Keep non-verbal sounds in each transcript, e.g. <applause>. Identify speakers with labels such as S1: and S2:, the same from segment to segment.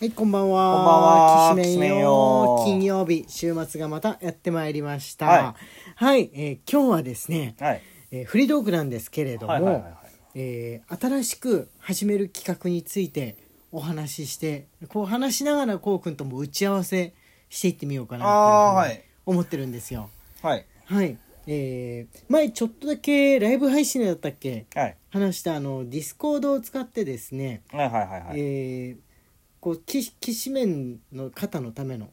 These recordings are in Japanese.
S1: はい、こんばんは。
S2: こんばんは
S1: きしめん
S2: き
S1: よ。
S2: しめんよ
S1: 金曜日、週末がまたやってまいりました。は、
S2: はい
S1: えー今日はですね、
S2: はい。
S1: えーフリードークなんですけれども、
S2: はいはいはいはい
S1: えー新しく始める企画についてお話しして、こう話しながらこうくんとも打ち合わせしていってみようかな
S2: あー
S1: というふうに思ってるんですよ。
S2: はい。
S1: はい、えー前ちょっとだけライブ配信だったっけ
S2: はい。
S1: 話したあのディスコードを使ってですね、
S2: はいはいはいはい。
S1: えーこうききしめんの方のための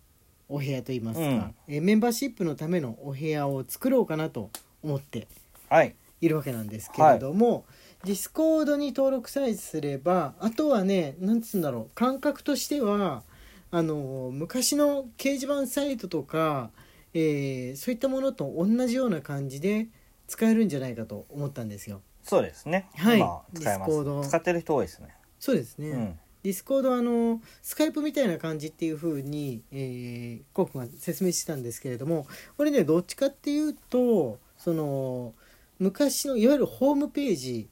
S1: お部屋といいますか、
S2: うん
S1: えーメンバーシップのためのお部屋を作ろうかなと思って
S2: はい。
S1: いるわけなんですけれども、ディスコードに登録さえすればあとはねなんつうんだろう感覚としてはあの昔の掲示板サイトとか、えーそういったものと同じような感じで使えるんじゃないかと思ったんですよ。
S2: そうですね。
S1: はい
S2: 今使えま
S1: Discord
S2: す。使ってる人多いですね。
S1: そうですね、
S2: うん。
S1: ディスコードはあのスカイプみたいな感じっていう風に、えー、コウ君が説明してたんですけれども俺ねどっちかっていうとその昔のいわゆるホームページ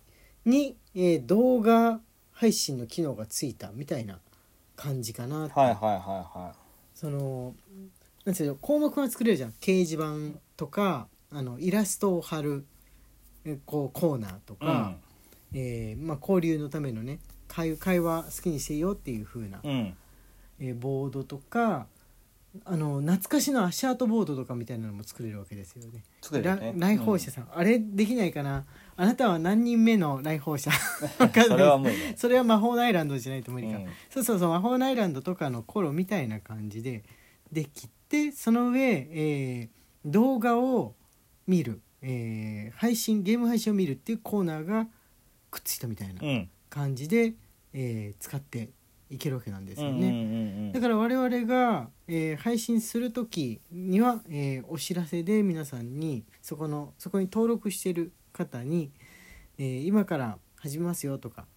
S1: に、えー動画配信の機能がついたみたいな感じかなって、
S2: はいはいはいは
S1: そのなんていうの項目が作れるじゃん掲示板とかあのイラストを貼るえーこうコーナーと
S2: い。
S1: か、えーまあ、交流のためのね会会話好きにしていいよっていう風な、
S2: うん。うん。
S1: えーボードとかあの懐かしの足跡ボードとかみたいなのも作れるわけですよね。
S2: 作れるね。
S1: ら来訪者さん、あれできないかなあなたは何人目の
S2: <laughs>
S1: 来訪者わ
S2: うん
S1: かんな
S2: そ
S1: い
S2: れは無理ね。
S1: それは魔法のアイランドじゃないと無理か、
S2: うん
S1: そうそうそう魔法のアイランドとかの頃みたいな感じでできてその上、えー動画を見る、えー配信ゲーム配信を見るっていうコーナーがくっついたみたいな
S2: うん。
S1: 感じで、えー使っていけるわけなんです
S2: うん
S1: よ
S2: う
S1: ね。
S2: んうんう
S1: だ
S2: ん。
S1: から我々が、えー配信する時には、えーお知らせで皆さんにそこのそこに登録してる方に、えー今から始めますよとか、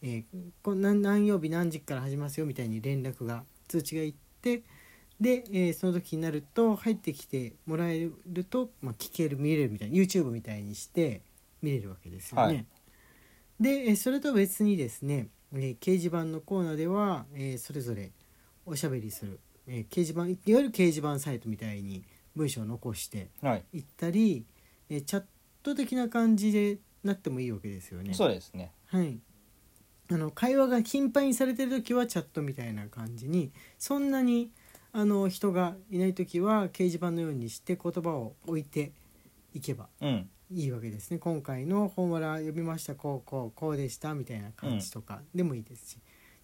S1: えーこん何何曜日何時から始めますよみたいに連絡が通知がいってで、えーその時になると入ってきてもらえると、まあ、聞ける見れるみたいな YouTube みたいにして見れるわけですよね。
S2: はい
S1: でえーそれと別にですね、えー掲示板のコーナーでは、えーそれぞれおしゃべりする、えー掲示板いわゆる掲示板サイトみたいに文章を残して
S2: はい。
S1: いったり、えーチャット的な感じでなってもいいわけですよね。
S2: そうですね。
S1: はい、あの会話が頻繁にされてる時はチャットみたいな感じにそんなにあの人がいない時は掲示板のようにして言葉を置いていけば
S2: うん。
S1: いいわけですね今回の「本わら読みましたこうこうこうでした」みたいな感じとかでもいいですし、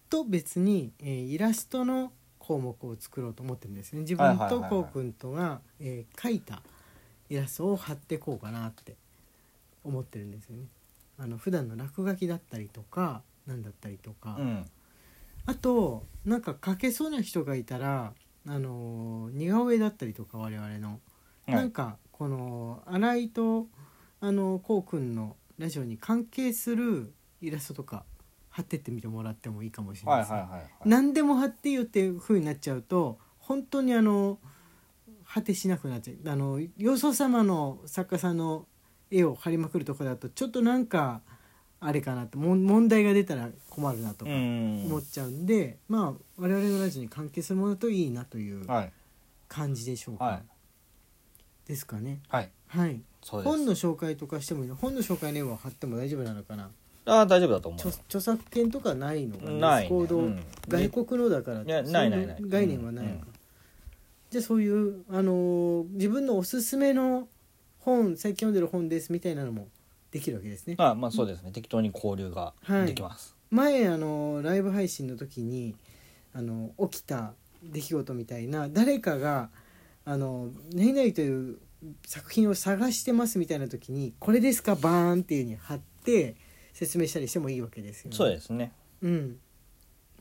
S1: と別に、えーイラストの項目を作ろうと思ってるんですね自分
S2: はいはいは
S1: と
S2: いはい
S1: こうくんとが、えー描いたイラストを貼ってこうかなって思ってるんですよね。あの普段の落書きだったりとか何だったりとか、
S2: うん。
S1: あとなんか描けそうな人がいたら、あのー似顔絵だったりとか我々の
S2: は
S1: なん
S2: い。
S1: かこの新井とあのこうくんのラジオに関係するイラストとか貼ってってみてもらってもいいかもしれな
S2: はいい
S1: です、ね
S2: はいはいはい。
S1: 何でも貼っていいよっていう風になっちゃうと本当にあの果てしなくなっちゃうあのよそ様の作家さんの絵を貼りまくるとこだとちょっとなんかあれかなってもん問題が出たら困るなと
S2: う
S1: か
S2: ん。
S1: 思っちゃうんで、まあ我々のラジオに関係するものだといいなという
S2: はい。
S1: 感じでしょうか、
S2: はい。
S1: ですかね。
S2: はい。
S1: はい
S2: そうです
S1: 本。の紹介とかしてもいいの本の紹介の絵は貼っても大丈夫なのかな
S2: ああ、大丈夫だと思
S1: 著著作権とかないのか
S2: う。ないね。
S1: 行動、
S2: うん
S1: 外国のだから
S2: いや
S1: そう
S2: ないないない
S1: 概念はないのか、
S2: うんうん
S1: じゃあそういう、あのー自分のおすすめの本最近読んでる本ですみたいなのもできるわけですね
S2: ああまあそうですね。適当に交流ができます。
S1: 前、あのーライブ配信の時に、あのー起きた出来事みたいな誰かが「あのー何々という作品を探してます」みたいな時に「これですかバーン」っていうふうに貼って説明したりしてもいいわけですよね。
S2: そうですね。
S1: うん、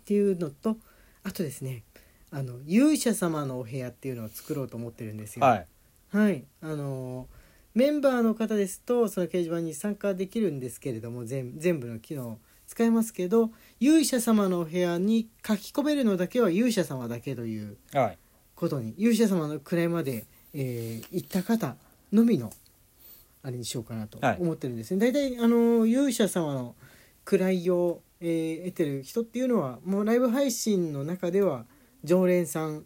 S1: っていうのとあとですねあの勇者様のお部屋っていうのを作ろうと思ってるんですよ。
S2: はい。
S1: はい、あのーメンバーの方ですとその掲示板に参加できるんですけれども全全部の機能を使えますけど勇者様のお部屋に書き込めるのだけは勇者様だけという
S2: はい。
S1: ことに勇者様の位まで、えー行った方のみのあれにしようかなと
S2: はい
S1: 思ってるんですね。大体あのー勇者様の位を、えー得てる人っていうのはもうライブ配信の中では常連さん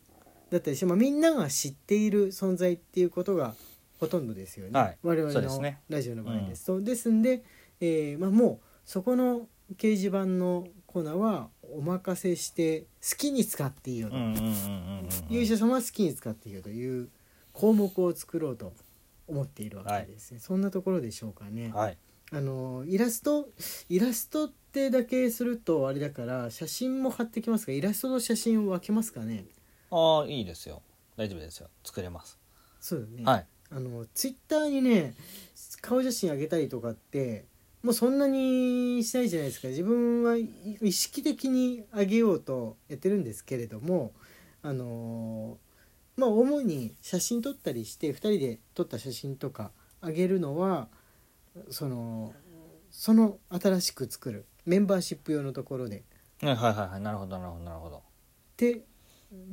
S1: だったりして、まあ、みんなが知っている存在っていうことがほとんどですよね、
S2: はい
S1: 我々
S2: そうです
S1: の
S2: ね
S1: ラジオの場合です。そうですんで、えーまあ、もうそこの掲示板のコーナーはお任せして好きに使っていいよと、
S2: うんうんうんうんうん
S1: 勇者様は好きに使っていいよという項目を作ろうと思っているわけですね、そんなところでしょうかね。
S2: はい
S1: あのイラストイラストってだけするとあれだから写真も貼ってきますがイラストと写真を分けますかね
S2: ああいいですよ大丈夫ですよ作れます
S1: そうだね、
S2: はい
S1: あのツイッターにね顔写真あげたりとかってもうそんなにしないじゃないですか自分はい意識的にあげようとやってるんですけれどもあのーまあ主に写真撮ったりして2人で撮った写真とかあげるのはそのその新しく作るメンバーシップ用のところで
S2: はいはいはいはいなるほどなるほどなるほど
S1: で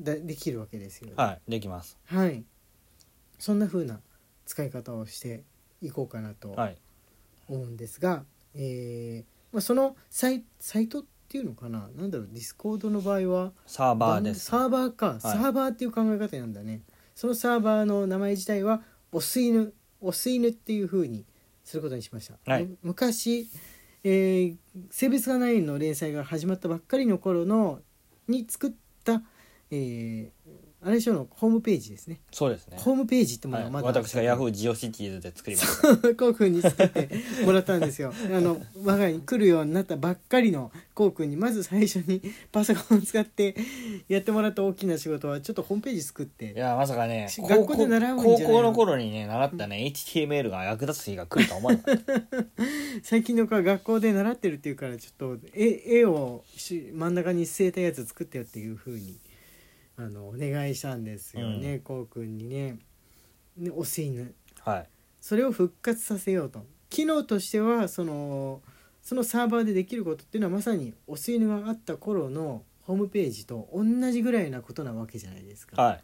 S1: だできるわけですよね。
S2: はいできます
S1: はい、そんな風な使い方をしていこうかなと
S2: はい
S1: 思うんですが、えーまあ、そのサイサイトっていうのかななんだろうディスコードの場合は
S2: サーバーです
S1: サーバーか、サーバーっていう考え方なんだねそのサーバーの名前自体はオス犬オス犬っていう風にすることにしました、
S2: はい
S1: む昔、えー性別がないの連載が始まったばっかりの頃のに作った、えーあれでしょうのホームページですね
S2: そうですね
S1: ホームページっても
S2: は
S1: のはいまだ、
S2: 私がヤフージオシティーズで作りました
S1: <laughs> ーこうくんに作ってもらったんですよあの我が家に来るようになったばっかりのこうくんにまず最初に <laughs> パソコンを使ってやってもらった大きな仕事はちょっとホームページ作っ
S2: <laughs> い
S1: て
S2: やまさかね
S1: し
S2: 高
S1: 学
S2: 校
S1: 校で習うんじゃない
S2: 高
S1: の
S2: 校の頃にね習ったね HTML が役立つ日が来るとは思わなかった
S1: 最近の子は学校で習ってるっていうからちょっと絵絵をし真ん中に据えたやつ作ってよっていうふうにあのお願いしたんですよね、
S2: う
S1: こうくんにね。ねおせ犬
S2: はい
S1: それを復活させようと機能としてはそのそのサーバーでできることっていうのはまさにオス犬があった頃のホームページと同じぐらいなことなわけじゃないですか。
S2: はい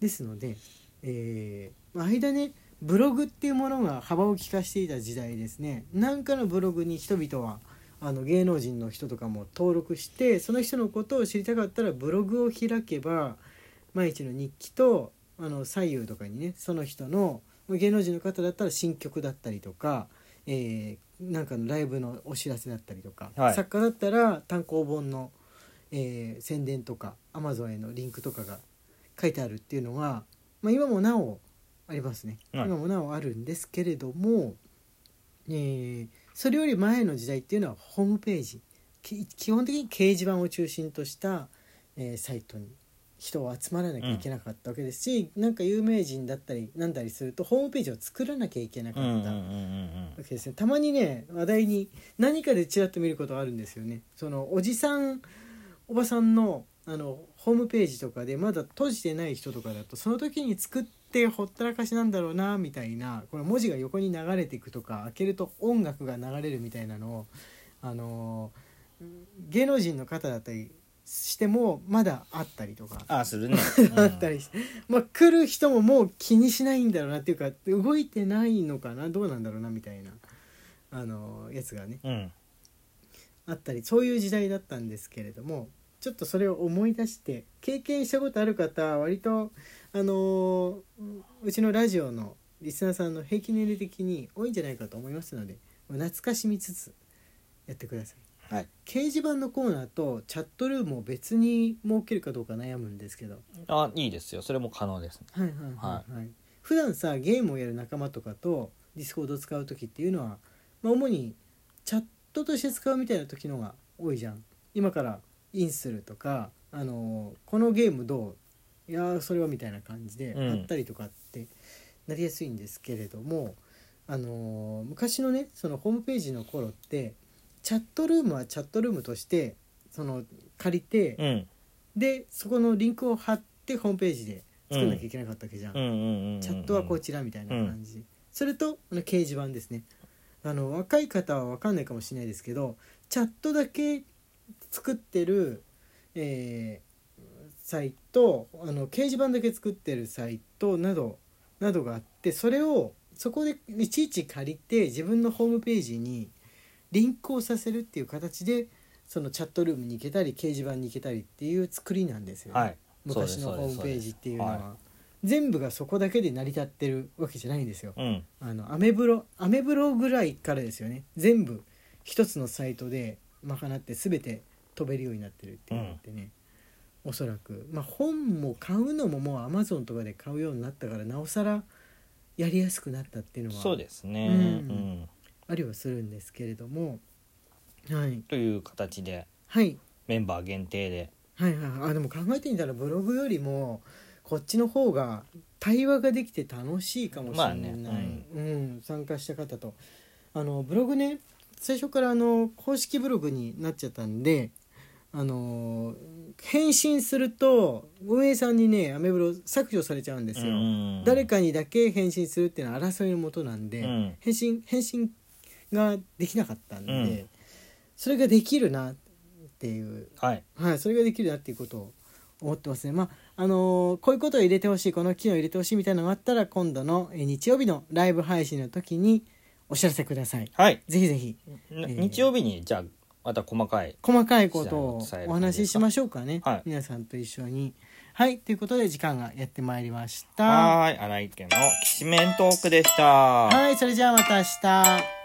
S1: ですので、えーまあ間ねブログっていうものが幅を利かしていた時代ですね何かのブログに人々はあの芸能人の人とかも登録してその人のことを知りたかったらブログを開けば毎日の日記とあの左右とかにねその人のまあ芸能人の方だったら新曲だったりとか、えーなんかのライブのお知らせだったりとか、
S2: はい
S1: 作家だったら単行本の、えー宣伝とか Amazon へのリンクとかが書いてあるっていうのは、まあ、今もなおありますね、
S2: はい
S1: 今もなおあるんですけれども、えーそれより前の時代っていうのはホームページき基本的に掲示板を中心とした、えーサイトに人を集まらなきゃいけなかったわけですし、なんか有名人だったりなんだりするとホームページを作らなきゃいけなか
S2: う
S1: っ
S2: ん
S1: た。
S2: うんうんうん
S1: わけですねたまにね話題に何かでちらっと見ることがあるんですよねそのおじさんおばさんのあのホームページとかでまだ閉じてない人とかだとその時に作ってほったらかしなんだろうなみたいなこの文字が横に流れていくとか開けると音楽が流れるみたいなのをあの芸能人の方だったりしてもまだあったりとか
S2: ああするね
S1: あったりして、まあ、来る人ももう気にしないんだろうなっていうか動いてないのかなどうなんだろうなみたいなあのやつがね
S2: うんうん
S1: あったりそういう時代だったんですけれどもちょっとそれを思い出して経験したことある方は割とあのうちのラジオのリスナーさんの平均年齢的に多いんじゃないかと思いますので懐かしみつつやってください。
S2: はい
S1: 掲示板のコーナーとチャットルームを別に設けるかどうか悩むんですけど
S2: あいいですよそれも可能ですね
S1: はいはいはい、はい、普段さゲームをやる仲間とかとディスコードを使う時っていうのは、まあ、主にチャットとして使うみたいな時のが多いじゃん今からインするとか、あのーこのゲームどういやーそれはみたいな感じで
S2: うん
S1: あったりとかってなりやすいんですけれども、あのー昔のねそのホームページの頃ってチャットルームはチャットルームとしてその借りて、
S2: うん
S1: でそこのリンクを貼ってホームページで作んなきゃいけなかったわけじゃん、
S2: うんうんうんうん
S1: チャットはこちらみたいな感じ、それとあの掲示板ですねあの若い方は分かんないかもしれないですけどチャットだけ作ってる、えーサイトあの掲示板だけ作ってるサイトなどなどがあってそれをそこでいちいち借りて自分のホームページにリンクをさせるっていう形でそのチャットルームに行けたり掲示板に行けたりっていう作りなんですよね、
S2: はい
S1: 昔
S2: そ
S1: の
S2: う
S1: ホ
S2: です
S1: ー
S2: そ
S1: ム
S2: う
S1: ペ
S2: です
S1: ージっていうのは、
S2: は
S1: 全部がそこだけで成り立ってるわけじゃないんですよ。
S2: うん
S1: あのアメブロアメブロぐらいからですよね全部一つのサイトで賄って全て飛べるようになってるっていうのってね、おそらくまあ本も買うのももうアマゾンとかで買うようになったからなおさらやりやすくなったっていうの
S2: そう
S1: は
S2: ですね、
S1: う
S2: うんん
S1: ありはするんですけれども、はい、
S2: という形で
S1: はい
S2: メンバー限定で
S1: はいはいはいあでも考えてみたらブログよりもこっちの方が対話ができて楽しいかもしれない、
S2: まあね
S1: うん参加した方とあのブログね最初からあの公式ブログになっちゃったんであの返信すると運営さんにねアメブロ削除されちゃうんですよ、
S2: うん
S1: 誰かにだけ返信するっていうのは争いのもとなんで、
S2: うん
S1: 返信返信ができなかったんで、
S2: うん
S1: それができるなっていう
S2: はい
S1: はい、それができるなっていうことを思ってますね。まああのーこういうことを入れてほしいこの機能を入れてほしいみたいなのがあったら今度のえー日曜日のライブ配信の時にお知らせください。
S2: はい、
S1: ぜひぜひ
S2: な
S1: えー
S2: 日曜日にじゃあまた細かい
S1: 細かいことを
S2: 伝える
S1: お
S2: 感じですか
S1: 話ししましょうかね、
S2: はい
S1: 皆さんと一緒に。はいということで時間がやってまいりました。
S2: はーい荒井家のきしめんトークでした
S1: はいそれじゃあまた明日。